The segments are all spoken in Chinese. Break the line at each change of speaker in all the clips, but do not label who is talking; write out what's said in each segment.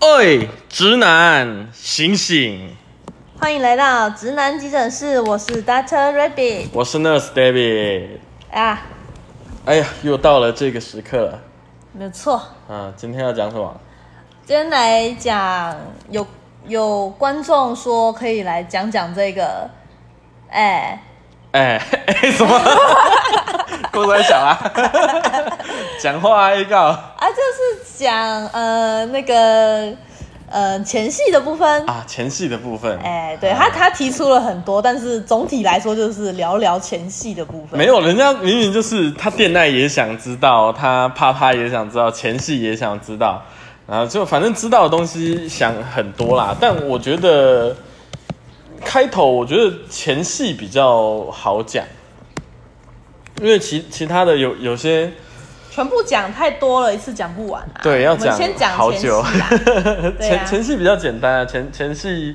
哎，直男，醒醒！
欢迎来到直男急诊室，我是 Doctor Rabbit
我是 Nurse David。
啊，
哎呀，又到了这个时刻了
没有错，
啊！今天要讲什么？
今天来讲有有观众说可以来讲讲这个，哎、
哎 哎，什么？公仔小啊！ 讲话预告
啊，就是讲呃那个呃前戏的部分，
啊，前戏的部分。
哎、对他他提出了很多，但是总体来说就是聊聊前戏的部分，
没有，人家明明就是他电奈也想知道，他啪啪也想知道，前戏也想知道，然后就反正知道的东西想很多啦。但我觉得开头我觉得前戏比较好讲，因为其其他的有有些
全部讲太多了，一次讲不完啊。
对要
我们
讲
先讲
好
前戏
久
啊，对啊
前前戏比较简单啊，前前戏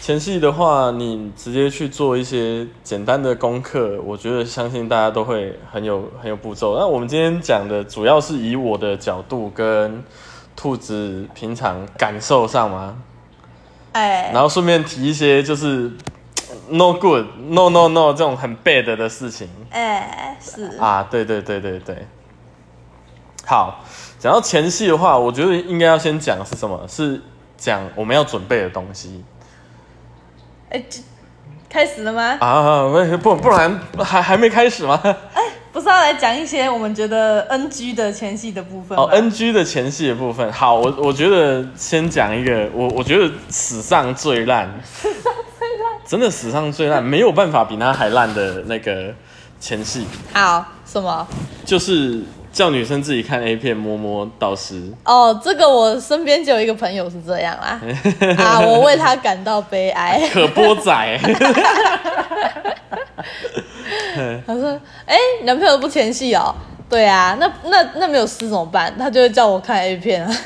前戏的话，你直接去做一些简单的功课，我觉得相信大家都会很有很有步骤。那我们今天讲的主要是以我的角度跟兔子平常感受上嘛，
哎、
然后顺便提一些就是 no good no no no 这种很 bad 的事情。
哎、是
啊，对对对对对。好，讲到前戏的话，我觉得应该要先讲是什么？是讲我们要准备的东西
哎、这开始了吗？
啊，不不不然还还没开始吗？
不是要来讲一些我们觉得 NG 的前戏的部分吗
哦，NG 的前戏的部分，好，我我觉得先讲一个，我我觉得史上最烂，史上最烂，真的史上最烂，没有办法比他还烂的那个前戏，
好什么？
就是叫女生自己看 A 片摸摸导师。
哦，这个我身边就有一个朋友是这样啦，啊，我为他感到悲哀。
可波仔，
他说：“哎、男朋友不前戏哦。”对啊，那那那没有事怎么办？他就会叫我看 A 片啊。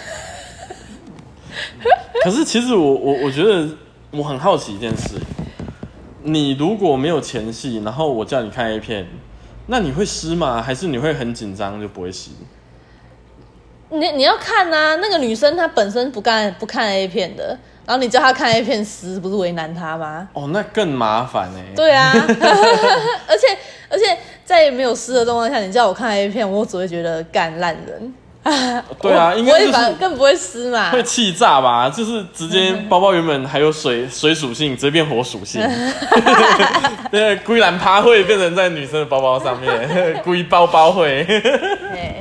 可是其实我我我觉得我很好奇一件事，你如果没有前戏，然后我叫你看 A 片，那你会湿吗？还是你会很紧张就不会湿？
你你要看呐、那个女生她本身不干不看 A 片的，然后你叫她看 A 片时，不是为难她吗？
哦，那更麻烦哎、
对 啊，而且而且在没有湿的状况下，你叫我看 A 片，我只会觉得干烂人。
对啊，
我
应
不
该
会
就
反
是
更不会湿嘛。
会气炸吧？就是直接包包原本还有水水属性，直接变火属 性， 那个龟兰趴会变成在女生的包包上面， 龟包包会。
哎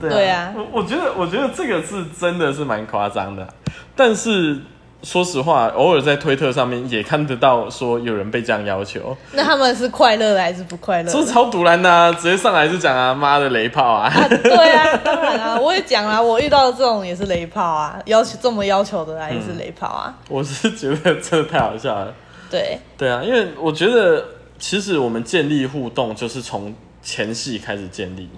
对
对啊
我我觉得我觉得这个是真的是蛮夸张的，啊但是说实话，偶尔在推特上面也看得到说有人被这样要求，
那他们是快乐的还是不快乐
说
的？
超堵然的啊、直接上来就讲啊妈的雷炮 啊，
啊对啊，当然啊，我也讲啦，我遇到的这种也是雷炮啊，要求这么要求的啊，也
嗯
是雷炮啊。
我是觉得真的太好笑了。
对，
对啊，因为我觉得其实我们建立互动就是从前戏开始建立。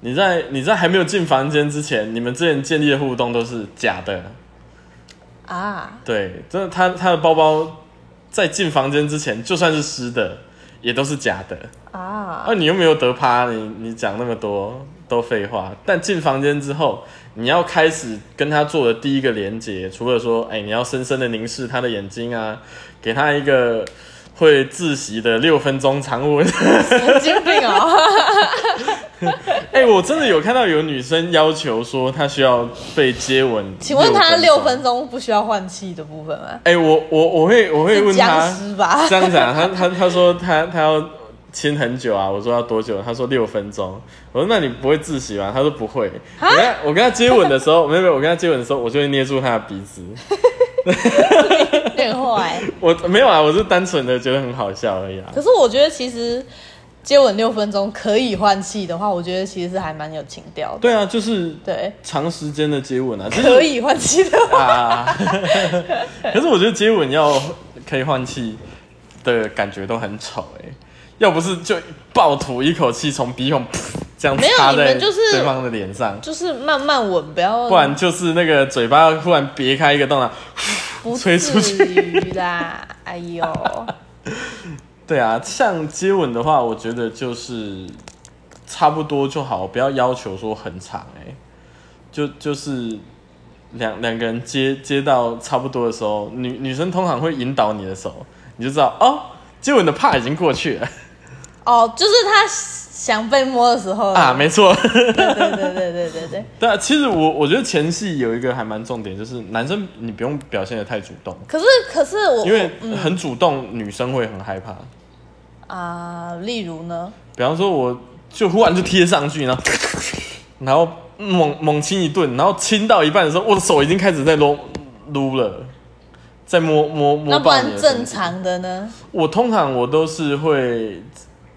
你在你在还没有进房间之前，你们之前建立的互动都是假的，
啊，
对，真的，他他的包包在进房间之前，就算是湿的，也都是假的。
啊，
啊，你又没有得趴，你你讲那么多都废话。但进房间之后，你要开始跟他做的第一个连接，除了说，哎、你要深深的凝视他的眼睛啊，给他一个会窒息的六分钟长吻。
神经病哦！
哎、我真的有看到有女生要求说，她需要被接吻。
请问他六
分钟？
分钟不需要换气的部分吗？
哎、我我我会我会
是
问他
僵尸 吧？
这样子啊，他他他说他他要亲很久啊，我说要多久？他说六分钟。我说那你不会窒息吗？他说不会。我
啊
跟他我跟他接吻的时候，没有没有，我跟他接吻的时候，我就会捏住他的鼻子。
有点坏。
我没有啊，我是单纯的觉得很好笑而已啊。
可是我觉得其实接吻六分钟可以换气的话，我觉得其实还蛮有情调的。
对啊，就是
对，
长时间的接吻啊，其
可
实
以换气的话，
啊， 可是我觉得接吻要可以换气的感觉都很丑哎、要不是就暴吐一口气从鼻孔噗这样
没有
插
你们
在
就是
对方的脸上，
就是慢慢吻，不要
不然就是那个嘴巴忽然别开一个洞了。
不
吹出去
至于啦。哎呦，
对啊，像接吻的话，我觉得就是欸差不多就好，不要要求说很长哎、就就是两两个人接接到差不多的时候，女女生通常会引导你的手，你就知道哦，接吻的怕已经过去了
哦，就是他想被摸的时候
啊，，没错。
对对对对对对对。
对啊，其实我我觉得前戏有一个还蛮重点，就是男生你不用表现的太主动，
可是可是我
因为
嗯
很主动女生会很害怕。
啊、例如呢，
比方说，我就忽然就贴上去，然后然后猛猛亲一顿，然后亲到一半的时候，我的手已经开始在撸撸了，在摸摸摸
那不
爆你
然
的
正
身体。
常的呢？
我通常我都是会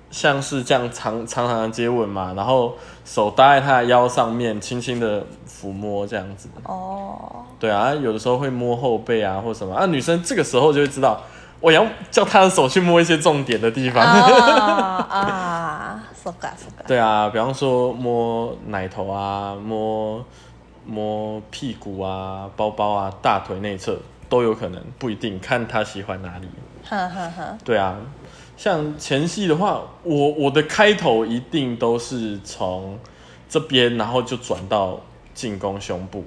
像是这样长长长的接吻嘛，然后手搭在他的腰上面，轻轻的抚摸这样子。
哦，
对啊，有的时候会摸后背啊或什么啊，女生这个时候就会知道，我要叫她的手去摸一些重点的地方。
啊 啊，so g
对啊，比方说摸奶头啊，摸摸屁股啊、包包啊、大腿内侧都有可能，不一定看她喜欢哪里。
哈哈哈，
对啊，像前戏的话，我我的开头一定都是从这边，然后就转到进攻胸部。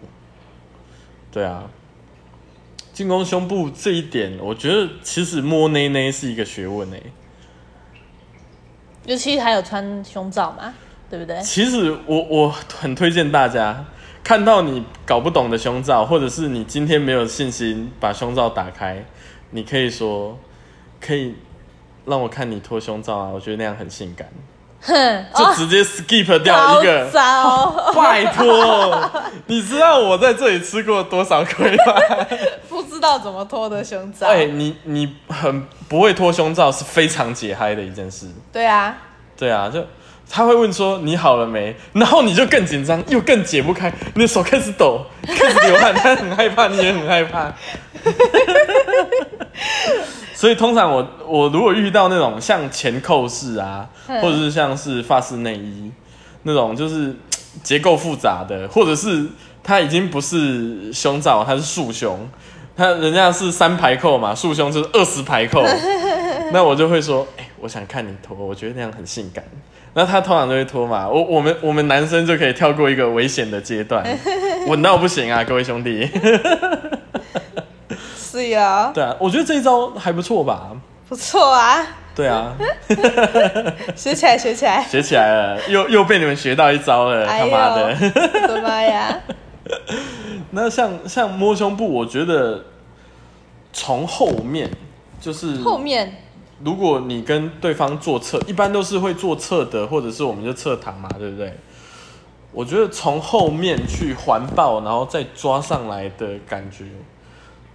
对啊，进攻胸部这一点，我觉得其实摸内内是一个学问欸诶、
尤其还有穿胸罩嘛，对不对？
其实我我很推荐大家，看到你搞不懂的胸罩，或者是你今天没有信心把胸罩打开，你可以说，可以让我看你脱胸罩啊，我觉得那样很性感，
哼，
就
哦，
直接 skip 掉一
好
个。
糟，
拜托，你知道我在这里吃过多少亏吗？
不知道怎么脱的胸罩。
哎、你你很不会脱胸罩是非常解嗨的一件事。
对啊，
对啊，就他会问说你好了没，然后你就更紧张，又更解不开，你的手开始抖，开始流汗，他很害怕，你也很害怕。 所以通常我我如果遇到那种像前扣式啊，
嗯
或者是像是发式内衣那种，就是嘖结构复杂的，或者是它已经不是胸罩，它是束胸，它人家是三排扣嘛，束胸就是二十排扣， 那我就会说，哎、我想看你脱，我觉得那样很性感。那他通常都会脱嘛，我我们我们男生就可以跳过一个危险的阶 段，稳到不行啊，各位兄弟。
是呀，
对啊，我觉得这一招还不错吧？
不错啊，
对啊，
学起来，学起来。
学起来了，又又被你们学到一招了，他妈的。
哎呦，我的妈呀！
那像像摸胸部，我觉得从后面就是
后面
如果你跟对方做侧，一般都是会做侧的，或者是我们就侧躺嘛，对不对？我觉得从后面去环抱，然后再抓上来的感觉，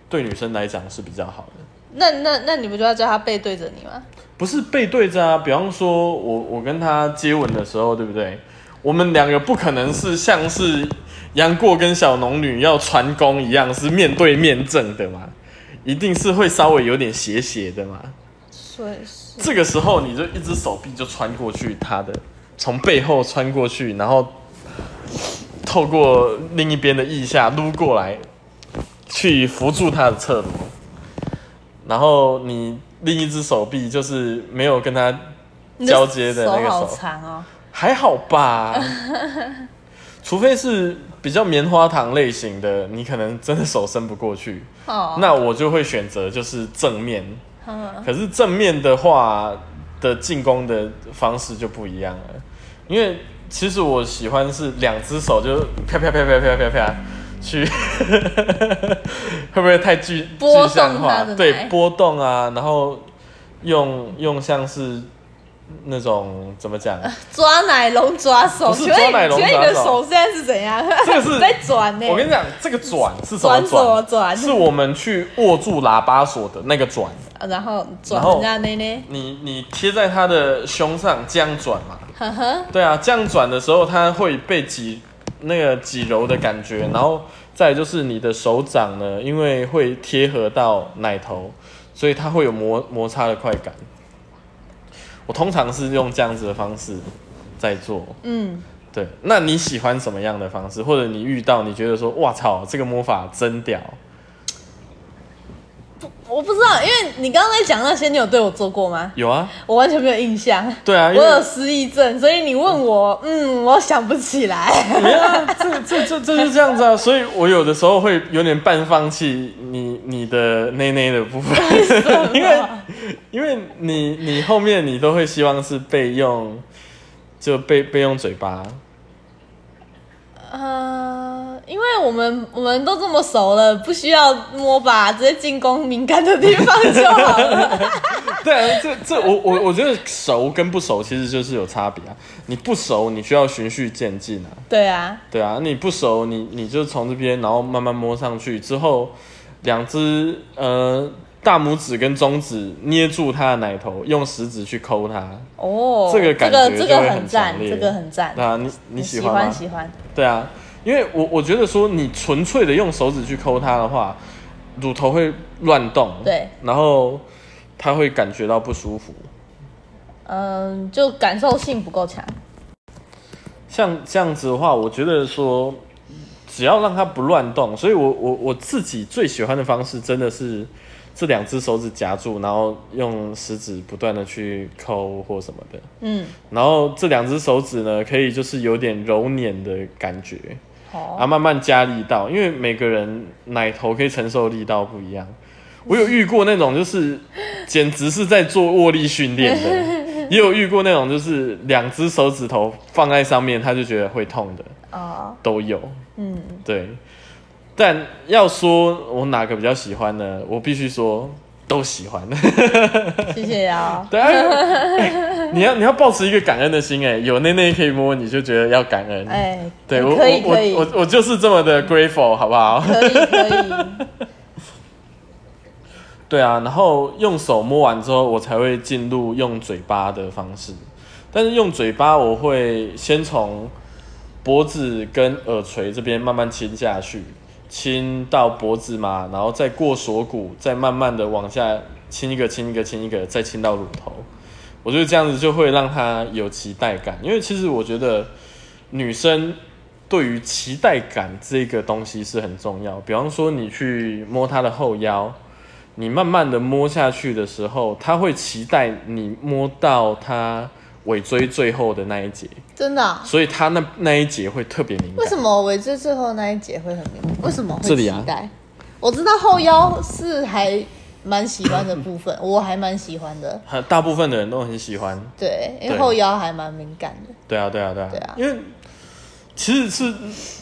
对女生来讲是比较好的。
那那那你不就要叫他背对着你吗？
不是背对着啊，比方说我我跟她接吻的时候，对不对？我们两个不可能是像是杨过跟小龙女要传功一样是面对面正的嘛，一定是会稍微有点斜斜的嘛。
所以是
这个时候你就一只手臂就穿过去他的，从背后穿过去，然后透过另一边的腋下撸过来，去扶住他的侧颅，然后你另一只手臂就是没有跟他
你
交接的那个
好
手
长哦。
还好吧，除非是比较棉花糖类型的，你可能真的手伸不过去，
哦，
那我就会选择就是正面，
嗯
可是正面的话的进攻的方式就不一样了，因为其实我喜欢是两只手就啪啪啪啪啪啪啪去， 会不会太具
拨
具
动
象化
它的？奶
对，波动啊，然后用用像是那种怎么讲？
抓奶龙抓手，
不是
请问
抓奶龙
请问
抓
你的
手
手现在是怎样？
这个 是
在转呢、
我跟你讲，这个转是什么
转什么
转？
转？
是我们去握住喇叭锁的那个转，
啊然后转
然后
人家内内，
你你贴在他的胸上这样转嘛？
呵呵，
对啊，这样转的时候，它会被挤那个挤揉的感觉，然后再来就是你的手掌呢，因为会贴合到奶头，所以它会有摩摩擦的快感。我通常是用这样子的方式在做。
嗯，
对，那你喜欢什么样的方式？或者你遇到你觉得说，哇操，这个魔法真屌，
我我不知道，因为你刚刚在讲那些，你有对我做过吗？
有啊，
我完全没有印象。
对啊，
我
因为
有失忆症，所以你问我，嗯，我想不起来。
没有啊，这这这这就这样子啊，所以我有的时候会有点半放弃你你的内内的部分， 因为因为你你后面你都会希望是被用就被被用嘴巴，
呃，因为我们我们都这么熟了，不需要摸吧，直接进攻敏感的地方就 好了。
对啊，这这我我我觉得熟跟不熟其实就是有差别啊，你不熟你需要循序渐进啊，
对啊，
对啊，你不熟，你你就从这边，然后慢慢摸上去，之后两只呃大拇指跟中指捏住它的奶头，用食指去抠它。
哦，
这个
这
感觉
个这
就
个
会
很赞
强，烈，
这个很赞。
对啊，你你喜
喜
欢吗？
喜欢，
对啊，因为我我觉得说你纯粹的用手指去抠它的话，乳头会乱动，
对，
然后它会感觉到不舒服。
嗯，就感受性不够强。
像这样子的话，我觉得说，只要让它不乱动，所以我我我自己最喜欢的方式真的是这两只手指夹住，然后用食指不断的去抠或什么的，
嗯，
然后这两只手指呢，可以就是有点揉捻的感觉，
好、
啊，慢慢加力道，因为每个人奶头可以承受的力道不一样。我有遇过那种就是，简直是在做握力训练 的，也有遇过那种就是两只手指头放在上面，他就觉得会痛的，
哦，
都有。
嗯，
对，但要说我哪个比较喜欢呢？我必须说都喜欢。。
谢谢啊
对啊，哎你要你要保持一个感恩的心，哎，有内内可以摸，你就觉得要感恩。
哎，
嗯对我
可以
我
可以
我我我就是这么的 grateful，好不好？
可以可以，
对啊，然后用手摸完之后，我才会进入用嘴巴的方式。但是用嘴巴，我会先从脖子跟耳垂这边慢慢亲下去，亲到脖子嘛，然后再过锁骨，再慢慢的往下亲一个，亲一个，亲一个，再亲到乳头。我觉得这样子就会让它有期待感，因为其实我觉得女生对于期待感这个东西是很重要。比方说，你去摸她的后腰。你慢慢的摸下去的时候，他会期待你摸到他尾椎最后的那一节，
真的啊、
所以他那那一节会特别敏
为
感。
什么尾椎最后那一节会很明显？为什么会
这里啊
期待？我知道后腰是还蛮喜欢的部分，我还蛮喜欢的。
很大部分的人都很喜欢，
对，因为
对
后腰还蛮敏感的。
对啊，对啊，对啊，
对啊
因为其实是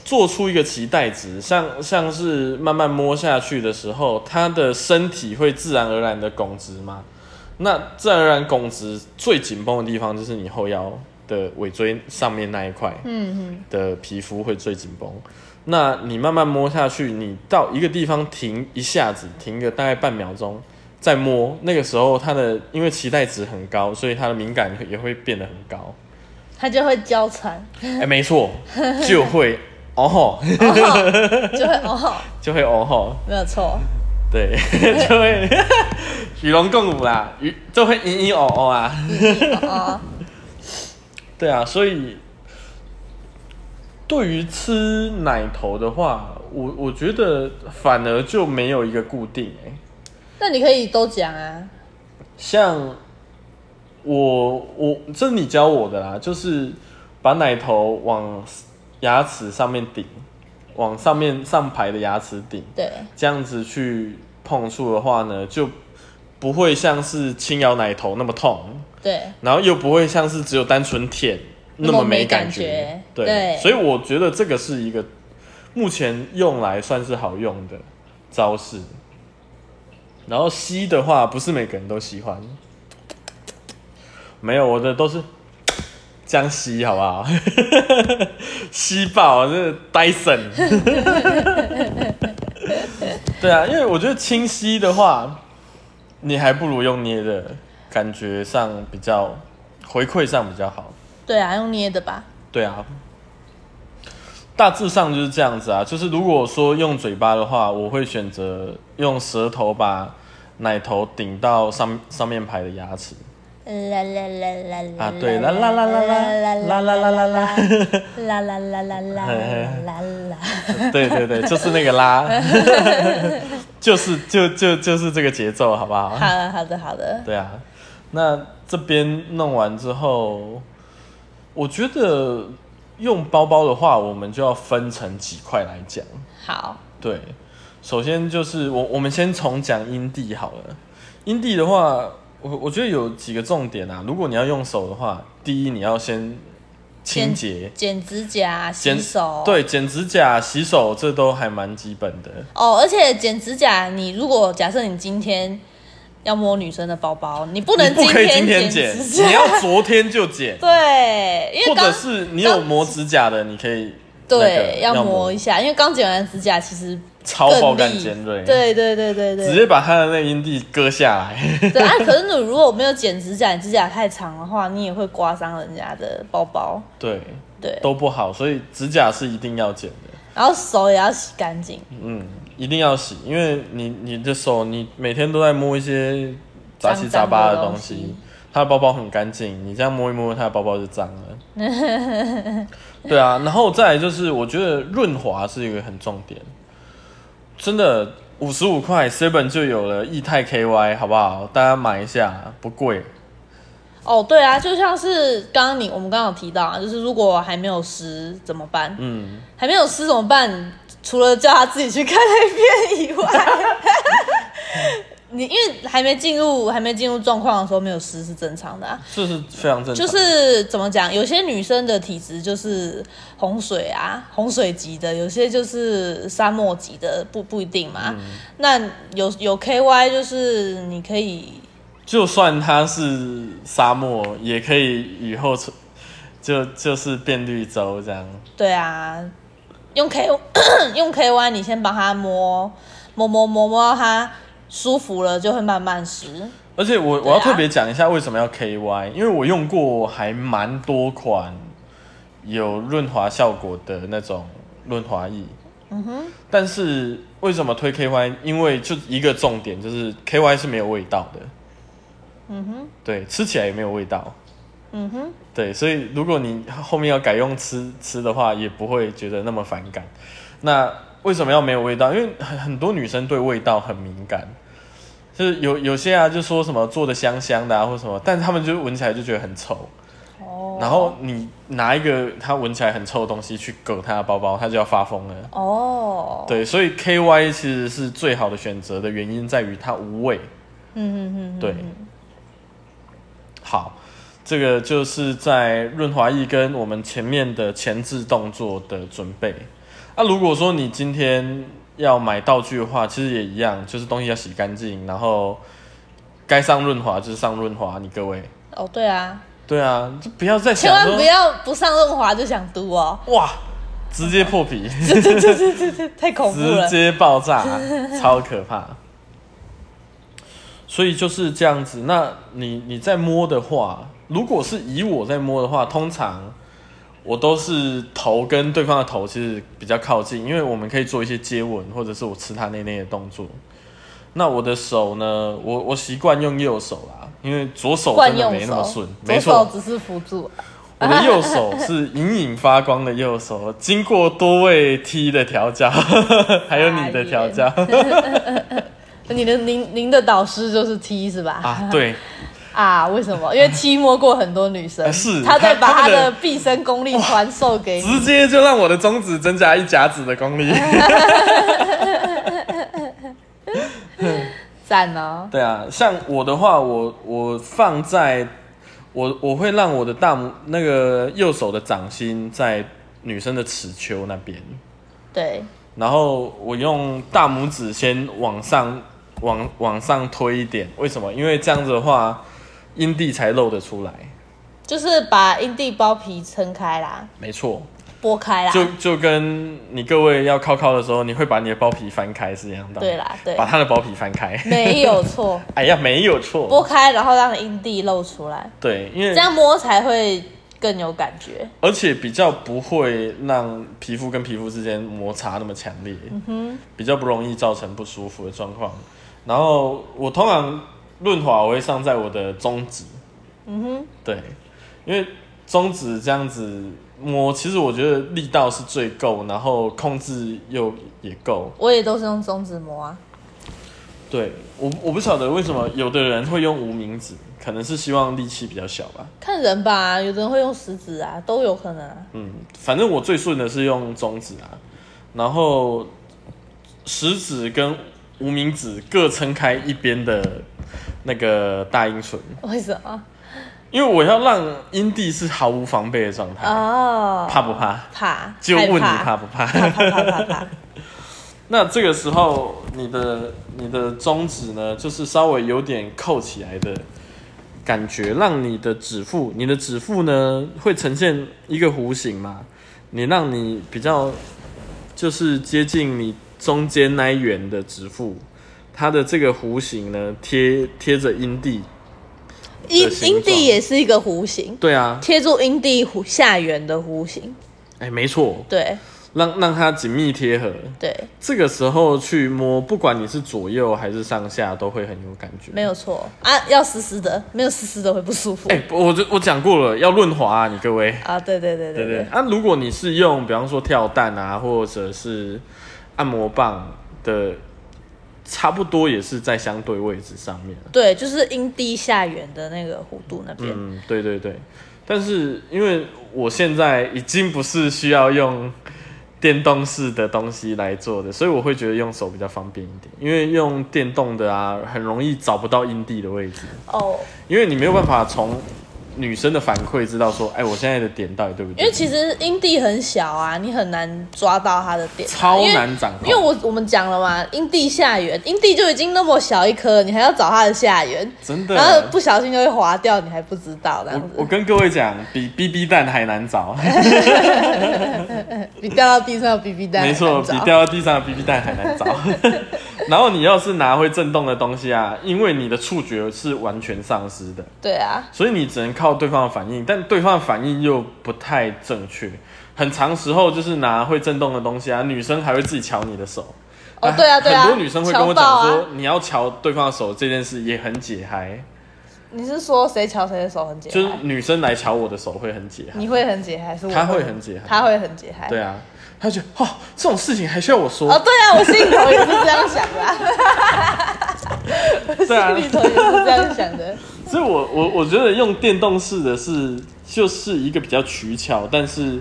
做出一个期待值，像像是慢慢摸下去的时候，他的身体会自然而然的拱直嘛。那自然而然拱直最紧绷的地方就是你后腰的尾椎上面那一块，
嗯
的皮肤会最紧绷。那你慢慢摸下去，你到一个地方停一下子，停个大概半秒钟，再摸，那个时候它的因为期待值很高，所以它的敏感也会变得很高。
哼，它就会交缠，
哎、没错，就会哦吼，
就会哦，
就会哦吼，
没有错。
对， 就会与龙共舞啦，与就会嘤嘤哦哦啊。
哦，
对啊，所以对于吃奶头的话，我我觉得反而就没有一个固定哎、
那你可以都讲啊。
像我我这是你教我的啦，就是把奶头往牙齿上面顶，往上面上排的牙齿顶，
对，
这样子去碰触的话呢，就不会像是轻咬奶头那么痛，
对，
然后又不会像是只有单纯舔
那
那
么
么
没
没
感
感觉，
觉
对，
对
所以我觉得这个是一个目前用来算是好用的招式。然后吸的话，不是每个人都喜欢，没有我的都是这样吸，好不好？ 吸爆，这呆神。 对啊，因为我觉得清晰的话，你还不如用捏的，感觉上比较回馈上比较好。
对啊，用捏的吧。
对啊，大致上就是这样子啊。就是如果说用嘴巴的话，我会选择用舌头把奶头顶到上上面排的牙齿
啦啦啦啦啦
啊。对，啦啦啦啦啦啦啦啦啦啦，
啦啦啦啦啦啦啦啦，
对对对，就是那个啦，就是就就就是这个节奏，好不好？
好的，好的，好的。
对啊，那这边弄完之后，我觉得用包包的话，我们就要分成几块来讲。
好，
对，首先就是我我们先从讲阴蒂好了。阴蒂的话，我我觉得有几个重点啊。如果你要用手的话，第一你要先清洁。
剪指甲、洗
剪
手。。
对，剪指甲、洗手，这都还蛮基本的。
哦，而且剪指甲，你如果假设你今天要摸女生的包包，你不能
你不可以今天
天
剪，
指甲。，
你要昨天就剪
对，因为
或者
刚
是你有磨指甲的，你可以那个、
对
要
磨一下，因为刚剪完指甲其实
超爆
更
干
利。
尖锐，，
对对对对
直
对。
接把它的那个阴蒂割下来。
对啊，可是你如果没有剪指甲，你指甲太长的话，你也会刮伤人家的包包。
对，
对，
都不好，所以指甲是一定要剪的，
然后手也要洗干净。
嗯，一定要洗，因为你你的手你每天都在摸一些杂七杂八的东
脏脏的
西
东西，
他的包包很干净，你这样摸一摸，他的包包就脏了。 对啊，然后再来就是，我觉得润滑是一个很重点，真的五十五块 seven 就有了液态 KY，好不好？大家买一下，不贵。
哦，对啊，就像是刚刚你我们刚刚有提到啊，就是如果还没有湿怎么办？
嗯，
还没有湿怎么办？除了叫他自己去看 A 片以外，你因为还没进入还没进入状况的时候没有湿是正常的、啊，
这是非 常正常。
就是怎么讲，有些女生的体质就是洪水啊，洪水级的，有些就是沙漠级的，不不一定嘛。
嗯
那有有 KY 就是你可以
就算它是沙漠，也可以雨后春就就是变绿洲这样。
对啊，用 K 用 K Y，你先帮他摸摸摸摸摸到他舒服了，就会慢慢湿。
而且我、我
对啊
要特别讲一下为什么要 KY，因为我用过还蛮多款有润滑效果的那种润滑液。嗯哼。但是为什么推 KY？因为就一个重点就是 KY 是没有味道的。
嗯哼，
对，吃起来也没有味道。
嗯哼，
对，所以如果你后面要改用吃吃的话，也不会觉得那么反感。那为什么要没有味道？因为很很多女生对味道很敏感，就是有有些啊，就说什么做的香香的啊，或什么，但他们就闻起来就觉得很臭。
哦，
然后你拿一个它闻起来很臭的东西去割她的包包，她就要发疯了。
哦，，
对，所以 K Y 其实是最好的选择的原因在于它无味。
嗯嗯嗯，
对，好，这个就是在润滑液跟我们前面的前置动作的准备。那、如果说你今天要买道具的话，其实也一样，就是东西要洗干净，然后该上润滑就是上润滑，你各位。
哦对啊，
对啊，就不要再
千
想
万
说
不要不上润滑就想嘟 哦，
哇，直接破皮，
太恐怖
直
了。
接爆炸，超可 怕。所以就是这样子。那你你在摸的话，如果是以我在摸的话，通常我都是头跟对方的头其实比较靠近，因为我们可以做一些接吻或者是我吃他内内的动作。那我的手呢，我我习惯用右手啦，因为左手
惯
真的
用
没那么顺
手，，
没
左
错
手，只是辅助。
我的右手是隐隐发光的右手，经过多位 T 的调教，还有你的调教
你的您您的导师就是 T 是吧？
啊，对，
啊，为什么？因为 T 摸过很多女 生，
是
他在把
他
他
他的
的毕生功力传授给你。
直接就让我的 中指增加一甲子的功力。
赞哦，
对啊，像我的话，我我放在我我会让我的大拇那个右手的掌心在女生的耻丘那边，
对，
然后我用大拇指先往上往往上推一点，为什么？因为这样子的话，阴蒂才露得出来。
就是把阴蒂包皮撑开啦，
没错，
剥开啦，
就就跟你各位要靠靠的时候，你会把你的包皮翻开是一样的。
对啦对
把他的包皮翻开。
没有错，
哎呀，没有错。
剥开然后让阴蒂露出来，
对， 因
这
为
样摸才会更有感觉。
而且比较不会让皮肤跟皮肤之间摩擦那么强烈，嗯、比较不容易造成不舒服的状况。然后我通常润滑我会上在我的中指，
嗯哼，
对，因为中指这样子摸，其实我觉得力道是最够，然后控制又也够。
我也都是用中指摸啊，
对我我不晓得为什么有的人会用无名指，可能是希望力气比较小吧。
看人吧，有的人会用食指啊，都有可能 啊。
嗯，反正我最顺的是用中指啊，然后食指跟无名指各撑开一边的那个大阴唇，
为什么？
因为我要让阴蒂是毫无防备的状态，
哦，
怕不怕？
怕，
啊就问你怕
害
不怕？
怕，怕怕怕怕怕。
那这个时候，你的你的中指呢，就是稍微有点扣起来的感觉，让你的指腹，你的指腹呢会呈现一个弧形嘛，你让你比较就是接近你中间那一圆的指腹，它的这个弧形呢贴贴着阴蒂，
阴
形
阴
状
蒂也是一个弧形，
对啊，
贴住阴蒂弧下缘的弧形。
哎，没错，
对
让让它紧密贴合，
对，
这个时候去摸，不管你是左右还是上下，都会很有感觉。
没有错啊，要湿湿的，没有湿湿的会不舒服。
哎、不我就我讲过了，要润滑啊，你各位。
啊，对对对
对
对
对，啊，如果你是用比方说跳蛋啊，或者是按摩棒的，差不多也是在相对位置上面。
对，就是阴蒂下缘的那个弧度那边。
嗯，对对对。但是因为我现在已经不是需要用电动式的东西来做的，所以我会觉得用手比较方便一点，因为用电动的啊，很容易找不到阴蒂的位置。
哦，
因为你没有办法从女生的反馈知道说，哎、我现在的点到底对不对？
因为其实阴蒂很小啊，你很难抓到它的点啊，
超
因为
难掌控
因为我我们讲了嘛，阴蒂下缘，阴蒂就已经那么小一颗了，你还要找它的下缘，
真的。嗯
然后不小心就会滑掉，你还不知道这样
我我
子，
跟各位讲，比 BB 蛋还难 找，
你掉到地上，B B 蛋
没
还难
错，
找
比掉到地上的 BB 蛋还难 找。然后你要是拿会震动的东西啊，因为你的触觉是完全丧失的，
对啊，
所以你只能靠对方的反应，但对方的反应又不太正确。很长时候就是拿会震动的东西啊，女生还会自己瞧你的手。
哦对啊对啊
哎很多女生会跟我讲
瞧爆
说，
啊
你要瞧对方的手这件事也很解嗨，
你是说谁瞧谁的手很解
就是
嗨？
女生来瞧我的手会很解嗨。
你会很解嗨，是我
她会很解嗨
他嗯会很解嗨，
对啊，她就觉得哦，这种事情还需要我说？
哦对啊，我心里头也是这样想的、啊，
对啊
心里头也是这样想的，
所以我我我觉得用电动式的是就是一个比较取巧，但是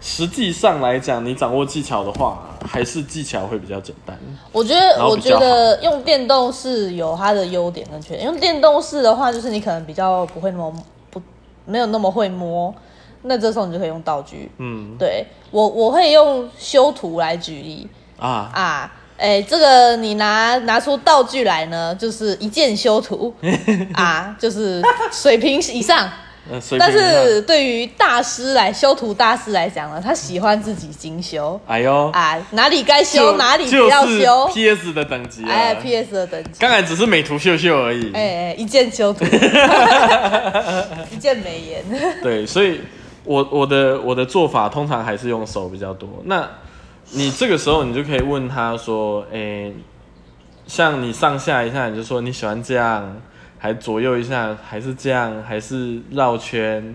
实际上来讲，你掌握技巧的话，还是技巧会比较简单。
我觉
然
得，
后
我
比较
觉得用电动式有它的优点跟缺点。用电动式的话，就是你可能比较不会那么不没有那么会摸，那这时候你就可以用道具。
嗯
对我，我会用修图来举例
啊，
啊。哎，这个你拿拿出道具来呢，就是一键 修图啊，就是水平以上。
呃随便一
但
下
是对于大师来修图大师来讲呢，他喜欢自己精修
哎呦，
啊，哪里该
就
修哪里不要修。
就是 PS 的等级了。啊
哎，PS 的等级，
刚才只是美图秀秀而已。
哎，哎一键 修图，一键美颜，
对，所以我我的我的做法通常还是用手比较多。那你这个时候你就可以问他说，诶、像你上下一下，你就说你喜欢这样，还左右一下，还是这样，还是绕圈？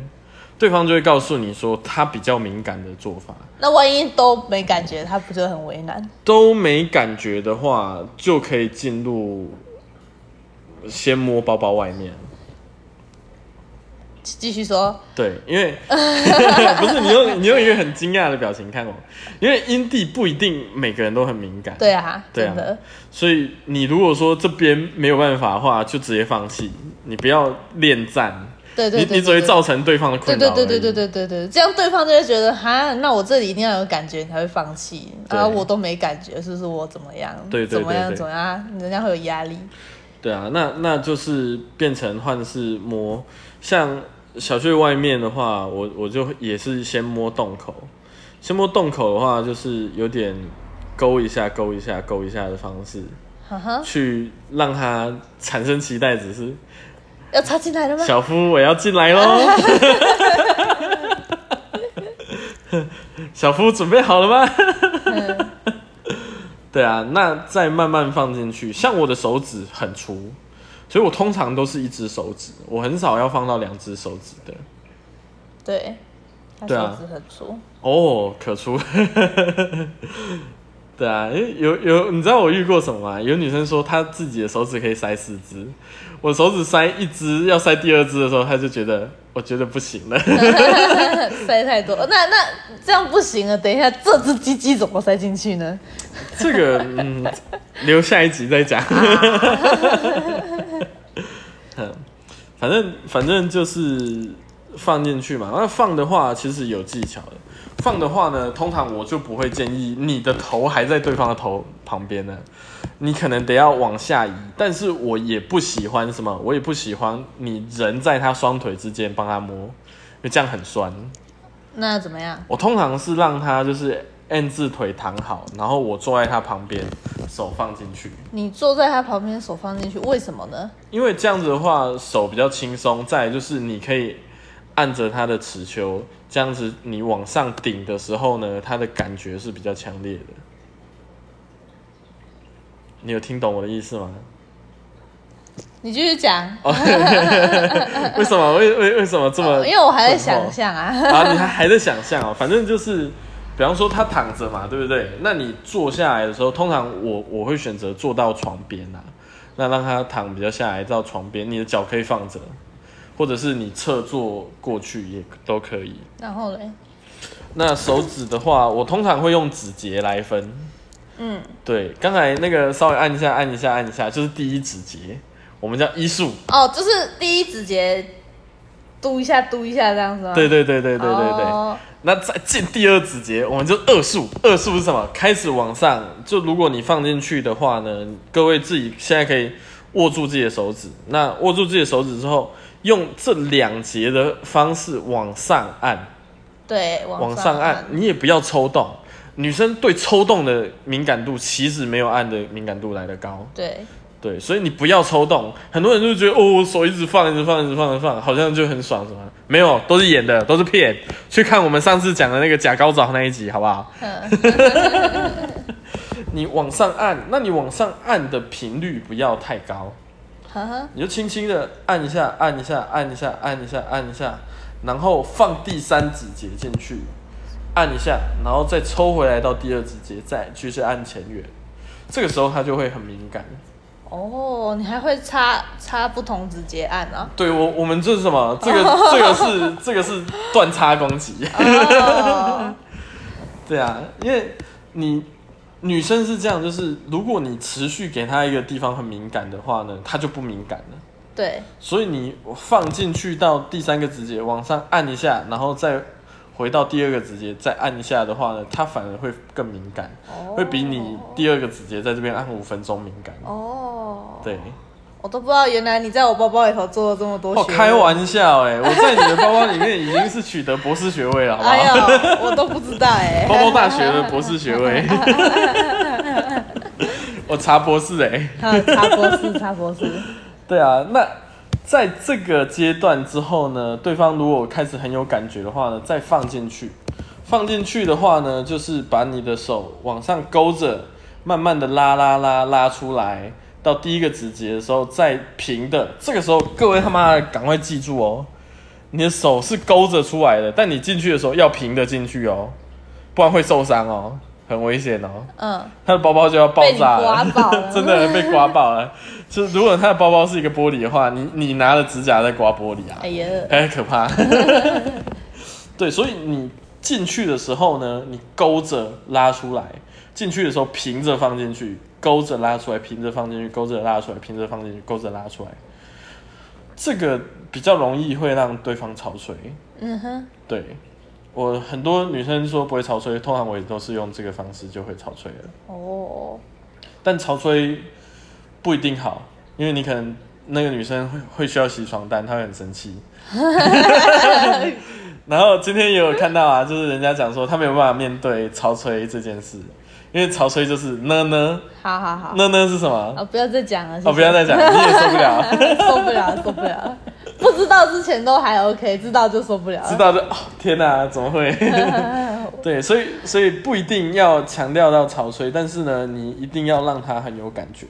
对方就会告诉你说他比较敏感的做法，
那万一都没感觉，他不就很为难？
都没感觉的话，就可以进入先摸包包外面。
继继续说，
对，因 为不是你用你用一个很惊讶的表情看我，因为阴蒂不一定每个人都很敏感，
对，啊，
对
真
啊
的，
所以你如果说这边没有办法的话，就直接放弃，你不要恋战，
对对
你
对，
你只会
对
造成对方的困
对
扰而
对
已，
对对对对对对，这样对方就会觉得哈，那我这里一定要有感觉，你才会放弃，
对
然后我都没感觉，是不是我怎么样？
对对
怎么
对
样
对
怎么样，人家会有压力。
对啊，那那就是变成换是摸，像小穴外面的话，我我就也是先摸洞口，先摸洞口的话，就是有点勾一下勾一下勾一下的方式。
哈哈，
去让他产生期待，只是
要插进来了吗？
小夫我要进来喽。 小夫准备好了吗？
嗯
对啊，那再慢慢放进去。像我的手指很粗，所以我通常都是一只手指，我很少要放到两只手指的。
对，他
对啊
手指很粗，
哦，可粗。 对啊，因为有有，你知道我遇过什么吗？有女生说她自己的手指可以塞四只，我手指塞一只，要塞第二只的时候，她就觉得我觉得不行了。
塞太多，那那这样不行啊！等一下，这只鸡鸡怎么塞进去呢？
这个嗯，留下一集再讲。 嗯，反正反正就是放进去嘛。那放的话，其实有技巧的。放的话呢，通常我就不会建议你的头还在对方的头旁边呢，你可能得要往下移。但是我也不喜欢什么，我也不喜欢你人在他双腿之间帮他摸，因为这样很酸。
那怎么样？
我通常是让他就是 N 字腿躺好，然后我坐在他旁边，手放进去，
你坐在他旁边，手放进去，为什么呢？
因为这样子的话手比较轻松。再来就是你可以按着他的持球，这样子你往上顶的时候呢，他的感觉是比较强烈的。你有听懂我的意思 吗？
你继续讲，
为什么？为为为什么这哦么？
哦因为我还在
沉默
想象啊。
啊，你还还在想象哦，反正就是，比方说他躺着嘛，对不对？那你坐下来的时候，通常我我会选择坐到床边啊，那让他躺比较下来到床边，你的脚可以放着，或者是你侧坐过去也都可以。
然后嘞，
那手指的话，我通常会用指节来分。
嗯，
对，刚才那个稍微按一下，按一下，按一下，就是第一指节，我们叫医术。
哦，就是第一指节嘟一下，嘟一下这样子吗？
对对对对对对对。
哦
那再进第二指节，我们就二数。二数是什么？开始往上。就如果你放进去的话呢，各位自己现在可以握住自己的手指。那握住自己的手指之后，用这两节的方式往上按，
对，
往
往
上按。你也不要抽动。女生对抽动的敏感度其实没有按的敏感度来的高，
对，
对，所以你不要抽动。很多人就觉得哦，我手一直放，一直放，一直放，一直放，好像就很爽什么？没有，都是演的，都是骗。去看我们上次讲的那个假高潮那一集，好不好？
嗯，
你往上按，那你往上按的频率不要太高，
呵呵
你就轻轻的按一下，按一下，按一下，按一下，按一下，然后放第三指节进去，按一下，然后再抽回来到第二指节，再继续按前缘。这个时候他就会很敏感。
哦，你还会插插不同指节按啊？
对我，我们这是什么？这 个这个是这个是断叉攻击。
哦，
对啊，因为你女生是这样，就是如果你持续给她一个地方很敏感的话呢，她就不敏感了。
对，
所以你放进去到第三个指节往上按一下，然后再回到第二个指节再按一下的话呢，她反而会更敏感，
哦
会比你第二个指节在这边按五分钟敏感。
哦，
对，
我都不知道，原来你在我包包里头做了这么多
哦，
学问
开，玩笑哎、我在你的包包里面已经是取得博士学位了，好不好？
哎呀，我都不知道哎、
包包大学的博士学位，我查博士哎、
啊插博士，插博士，
对啊，那在这个阶段之后呢，对方如果开始很有感觉的话呢，再放进去。放进去的话呢，就是把你的手往上勾着，慢慢的拉拉拉拉出来，到第一个指节的时候再平的。这个时候，各位他妈的赶快记住哦，你的手是勾着出来的，但你进去的时候要平的进去哦，不然会受伤哦，很危险哦。
嗯，
他的包包就要爆炸
被你刮爆 了
真的被刮爆了。就是如果他的包包是一个玻璃的话，你你拿了指甲在刮玻璃啊，
哎呀，
哎、可 怕。对，所以你进去的时候呢，你勾着拉出来；进去的时候平着放进去，勾着拉出来，平着放进去，勾着拉出来，平着放进去，勾着拉出来。这个比较容易会让对方潮水。
嗯哼，
对我很多女生说不会潮吹，通常我也都是用这个方式就会潮吹了。
哦，
但潮吹不一定好，因为你可能那个女生会会需要洗床单，她会很生气。然后今天也有看到啊，就是人家讲说她没有办法面对潮吹这件事，因为潮吹就是呢呢
好好好，
呢呢是什么？
啊，不要再讲了，谢谢
哦，不要再讲，你也受不了，
受不了，受不了，不知道之前都还 OK，知道就受不了了，
知道就哦，天哪、怎么会？对，所以所以不一定要强调到潮吹，但是呢，你一定要让它很有感觉。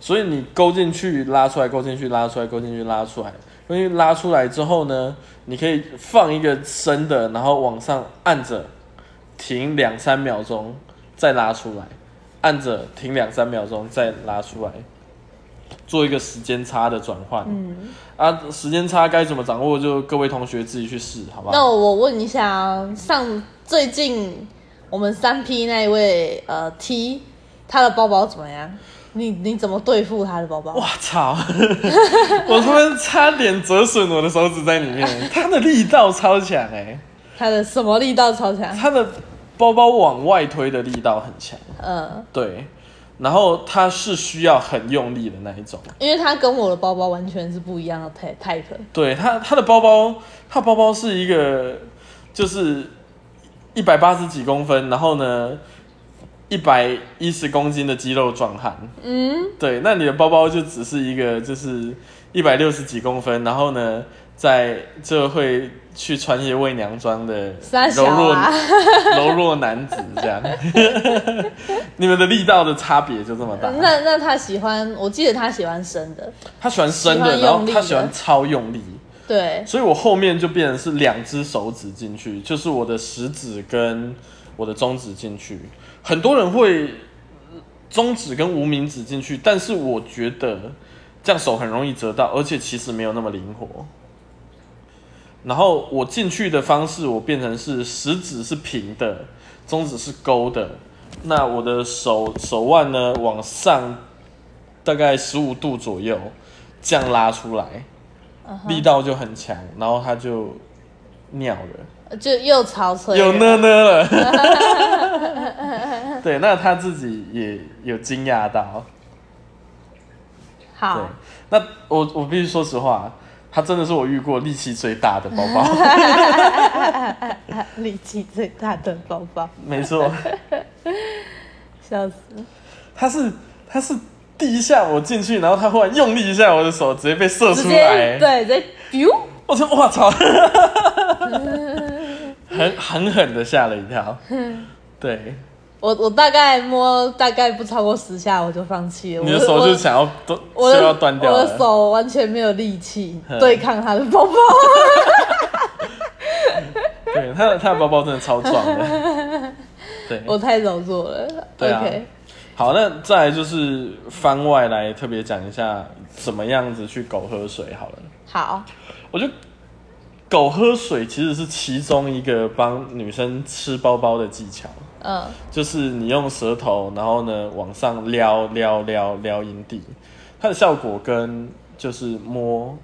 所以你勾进去，拉出来，勾进去，拉出来，勾进去，拉出来。因为拉出来之后呢，你可以放一个深的，然后往上按着，停两三秒钟，再拉出来，按着停两三秒钟再拉出来，做一个时间差的转换。嗯，啊，时间差该怎么掌握，就各位同学自己去试，好不
那
好？
我问一下啊，上最近我们三 P 那一位呃 T，他的包包怎么样？你你怎么对付他的包包？
哇操！ 我他妈差点折损我的手指在里 面，它的力道超强哎、
他的什么力道超强？
它的包包往外推的力道很强，
嗯，
对，然后它是需要很用力的那一种。
因为他跟我的包包完全是不一样的 type type。
对他，他的包包，他包包是一个，就是一百八十几公分，然后呢，一百一十公斤的肌肉壮汉。
嗯，
对，那你的包包就只是一个，就是一百六十几公分，然后呢，在这会去穿越伪娘装的
三小
柔弱、
啊，
柔弱男子这 样。你们的力道的差别就这么大。
那那他喜欢，我记得他喜欢深的，
他喜欢深的，
喜欢用
然后他
力
喜欢
的
超用力。
对，
所以我后面就变成是两只手指进去，就是我的食指跟我的中指进去。很多人会呃中指跟无名指进去，但是我觉得这样手很容易折到，而且其实没有那么灵活。然后我进去的方式，我变成是食指是平的，中指是勾的。那我的手手腕呢，往上大概十五度左右，这样拉出来。
嗯
力道就很强，然后他就尿了，
就又潮吹，
有呢呢了。对，那他自己也有惊讶到。对
好，，
那我我必须说实话，他真的是我遇过力气最大的包 包。
力气最大的包包，
没错，
笑死。
他是他是第一下我进去，然后他忽然用力一下，我的手直接被射
直
出
接
来。
对，直接 biu，
我说我 操，很狠狠的吓了一 跳。对，
我我大概摸大概不超过十下我就放弃了，
你的
我
手就
我
想要断，
我
就
的
要断掉
我
了。
的手完全没有力气
嗯
对抗他的 包包，
对，他的他的包包真的超壮的。 对，
我太柔弱了。
对啊
OK，
好，那再来就是番外来特别讲一下怎么样子去狗喝水好了。
好，
我觉得狗喝水其实是其中一个帮女生吃包包的技巧，
嗯，
就是你用舌头，然后呢往上撩撩撩撩阴蒂，它的效果跟就是摸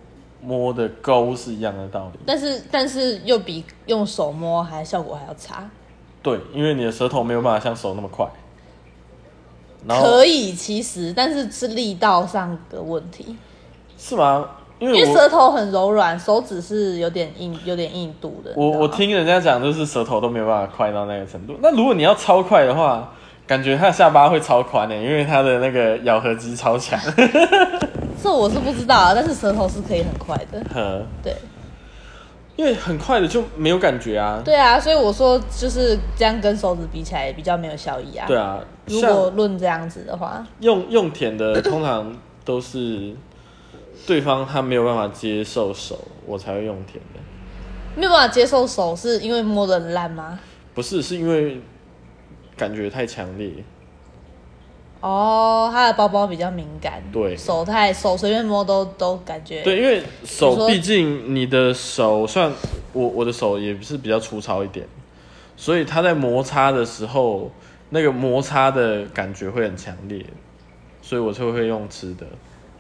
摸的勾是一样的道理。
但是但是又比用手摸还效果还要差，
对，因为你的舌头没有办法像手那么快。然后
可以其实，但是是力道上的问题，
是吗？因
因为
为我
舌头很柔软，手指是有点硬，有点硬度的。
我
你知道
我
吗
听人家讲，就是舌头都没有办法快到那个程度。那如果你要超快的话，感觉他的下巴会超宽欸的、因为他的那个咬合肌超强。
这我是不知道啊，但是舌头是可以很快的，
呵
对。
嗯因为很快的就没有感觉啊。
对啊，所以我说就是这样跟手指比起来比较没有效益啊。
对，啊，
如果
像
论这样子的话，
用用舔的，通常都是对方他没有办法接受手，我才会用舔的。
没有办法接受手是因为摸的烂吗？
不是，是因为感觉太强烈。
哦，他的包包比较敏感，
对
手太手随便摸都都感觉
对，因为
你
手，
说
毕竟你的手，虽然我我的手也是比较粗糙一点，所以它在摩擦的时候，那个摩擦的感觉会很强烈，所以我就会用吃的。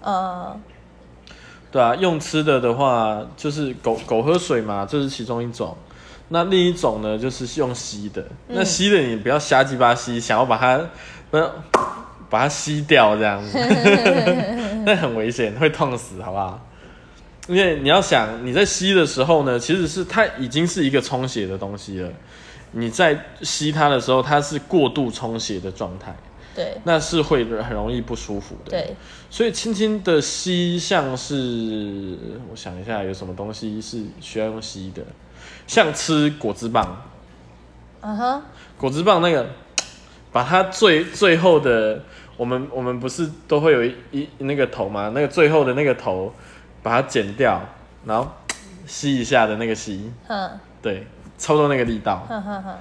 呃，
对啊，用吃的的话，就是狗狗喝水嘛，这是其中一种。那另一种呢，就是用吸的。那吸的你不要瞎鸡巴吸，想要把它，不要把它吸掉这样子，那很危险，会痛死，好不好？因为你要想，你在吸的时候呢，其实是它已经是一个充血的东西了。你在吸它的时候，它是过度充血的状态，
对
那是会很容易不舒服的。
对，
所以轻轻的吸，像是我想一下，有什么东西是需要用吸的？像吃果汁棒，
嗯哼，
果汁棒那个，把它最最后的，我们我们不是都会有一一那个头吗？那个最后的那个头，把它剪掉，然后吸一下的那个吸，
哼
对，差不多那个力道。
哼哼哼，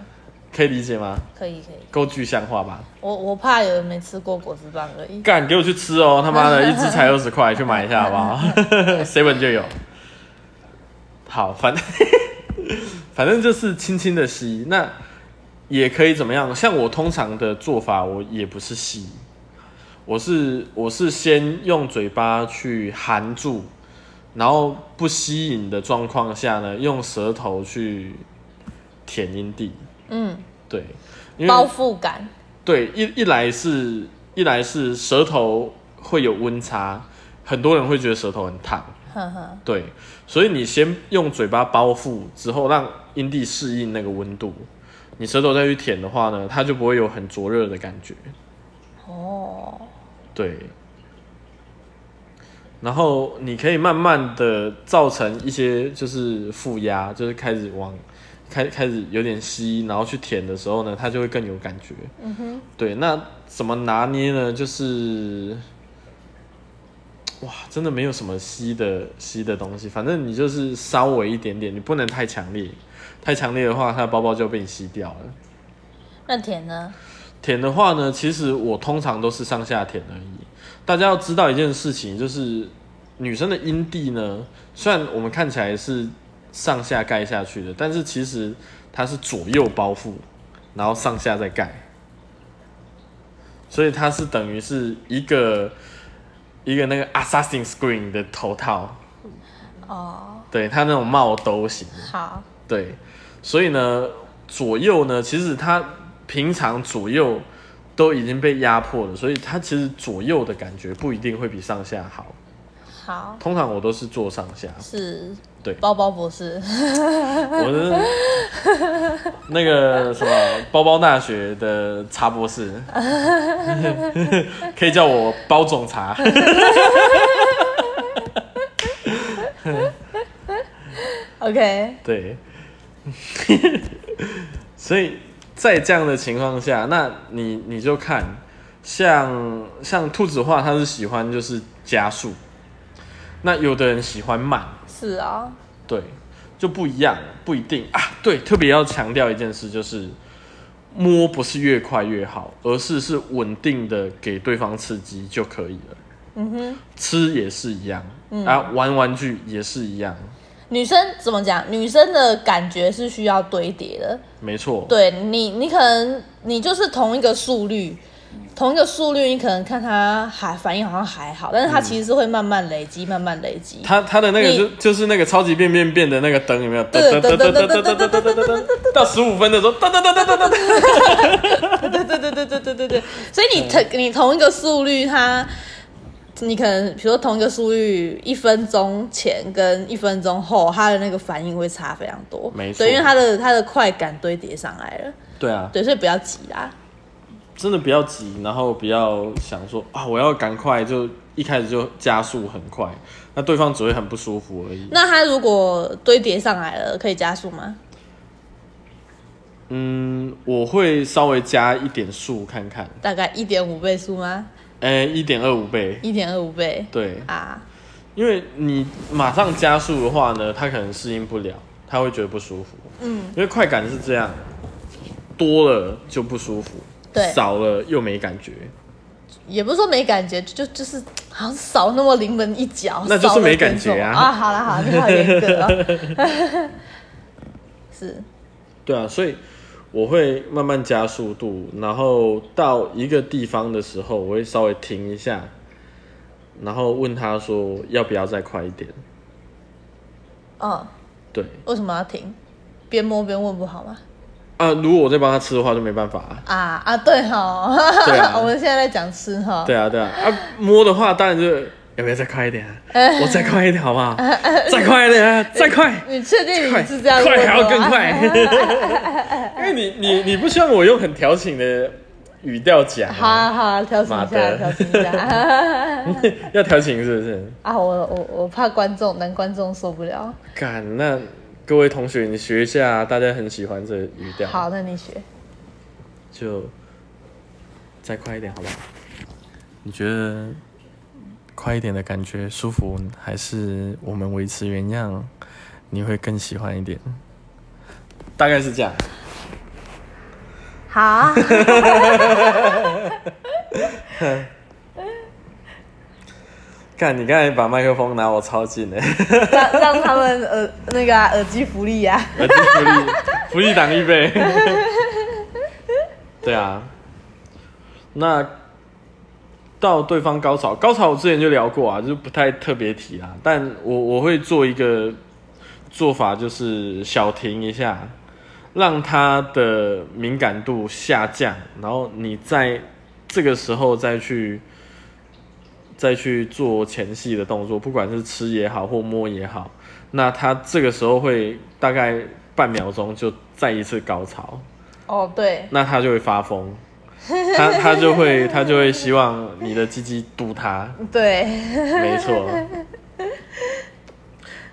可以理解吗？
可以可以。
够具象化吧？
我我怕有人没吃过果子棒而已。
干，给我去吃哦！他妈的，一只才二十块，去买一下好不好 ？seven 就有。好，反正反正就是轻轻的吸，那也可以怎么样？像我通常的做法，我也不是吸，我是我是先用嘴巴去含住，然后不吸引的状况下呢，用舌头去舔阴蒂。
嗯，
对，因
包
为
覆感。
对一一来是一来是舌头会有温差，很多人会觉得舌头很烫。
呵呵，
对，所以你先用嘴巴包覆，之后让阴蒂适应那个温度，你舌头再去舔的话呢，它就不会有很灼热的感觉。
哦，
对，然后你可以慢慢的造成一些就是负压，就是开始往开开始有点吸，然后去舔的时候呢，它就会更有感觉。
嗯哼，
对，那怎么拿捏呢？就是，哇，真的没有什么吸的吸的东西，反正你就是稍微一点点，你不能太强烈，太强烈的话，它的包包就被你吸掉了。
那甜呢？
舔的话呢，其实我通常都是上下舔而已。大家要知道一件事情，就是女生的阴蒂呢，虽然我们看起来是上下盖下去的，但是其实它是左右包覆，然后上下再盖，所以它是等于是一个一个那个 Assassin Screen 的头套，
哦，
对它那种帽兜型。
好，
对，所以呢，左右呢，其实它平常左右都已经被压迫了，所以它其实左右的感觉不一定会比上下好。
好，
通常我都是做上下，
是
对
包包博 士。
我是那个什么包包大学的茶博士， 可以叫我包总茶。
OK，
对， 所以在这样的情况下，那你你就看，像像兔子话，它是喜欢就是加速，那有的人喜欢慢，
是啊、
对，就不一样，不一定啊。对，特别要强调一件事，就是摸不是越快越好，而是是稳定的给对方刺激就可以了。
嗯哼，嗯
吃也是一样，啊，玩玩具也是一样，
女生怎么讲？女生的感觉是需要堆叠的。
没错。
对你，你可能你就是同一个速率，同一个速率，你可能看她还反应好像还好，但是她其实是会慢慢累积，慢慢累积。
他他的那个
你
就就是那个超级变变变的那个灯有没有？
对
噔噔
噔
噔噔噔噔
噔噔噔噔
噔
噔
噔噔噔噔，到十五分的时候，噔噔噔噔噔噔噔。
对对对对对对对对，所以你同你同一个速率，它你可能比如说同一个速率，一分钟前跟一分钟后，它的那个反应会差非常多。
没错
对，因为它的它的快感堆叠上来了。
对啊，
对，所以不要急啦。
真的不要急，然后不要想说啊，我要赶快就一开始就加速很快，那对方只会很不舒服而已。
那它如果堆叠上来了，可以加速吗？
嗯，我会稍微加一点速看看，
大概一点五倍速吗？
呃，一点二五倍。
一点二五倍。
对，
啊，
因为你马上加速的话呢，他可能适应不了，他会觉得不舒服。
嗯，
因为快感是这样，多了就不舒服，
对
少了又没感觉，
也不是说没感觉，就就是好像少那么临门一脚，
那就是
少了
没感觉啊
尊重啊，好了好了，你好严格哦。 是，
对啊，所以我会慢慢加速度，然后到一个地方的时候，我会稍微停一下，然后问他说要不要再快一点，
哦，
对，
为什么要停？边摸边问不好吗？
啊，如果我再帮他吃的话就没办法、啊，
啊啊，对哈，
对啊
我们现在在讲吃哈，
对啊，对啊，啊，摸的话当然就是要不要再快一 点、啊，我再快一点好不 好？再快一点、啊，再快。
你确定
快
你是这样问
快
的吗啊
还要更快， 因为你你你不希望我用很调情的语调讲啊、
好啊好啊，调整一
妈
下，
的
调整一下。
要调情是不是？
啊，我我我怕观众男观众受不了。
干，那各位同学你学一下啊，大家很喜欢这语调，
好，那你学。
就再快一点好不好？你觉得快一点的感觉舒服，还是我们维持原样，你会更喜欢一点？大概是这样。
好啊，
看你刚才把麦克风拿我超近的，
让让他们耳那个啊、耳机福利啊。
耳机呃福利福利挡一杯。对啊，那到对方高潮，高潮我之前就聊过啊，就是不太特别提啦。但我我会做一个做法，就是小停一下，让他的敏感度下降，然后你在这个时候再去再去做前戏的动作，不管是吃也好或摸也好，那他这个时候会大概半秒钟就再一次高潮。
哦，对，
那他就会发疯，他他就会他就会希望你的鸡鸡堵他，
对，
没错。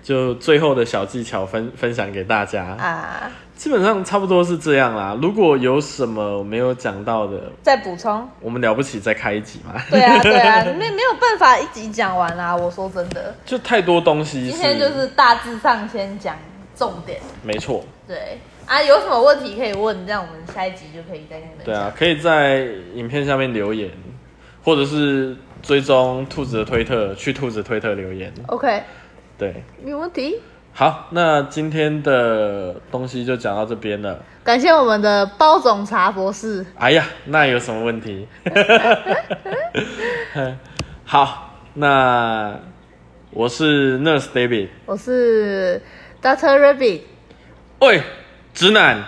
就最后的小技巧分分享给大家，
啊，
基本上差不多是这样啦。如果有什么没有讲到的，
再补充。
我们了不起再开一集嘛。
对啊，对啊，没没有办法一集讲完啊。我说真的，
就太多东西
今天就是大致上先讲重点。
没错，
对啊，有什么问题可以问，这样我们下一集就可以再跟你们
对
讲。
啊，可以在影片下面留言，或者是追踪兔子的推特，去兔子推特留言。
OK，
对，
没问题。
好，那今天的东西就讲到这边了。
感谢我们的包总茶博士，
哎呀，那有什么问题？ 好，那我是 Nurse David。
我是 Doctor Rabbit，
喂，直男，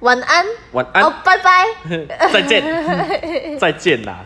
晚安，
晚
哦
安，，
拜拜。
再见，再见啦。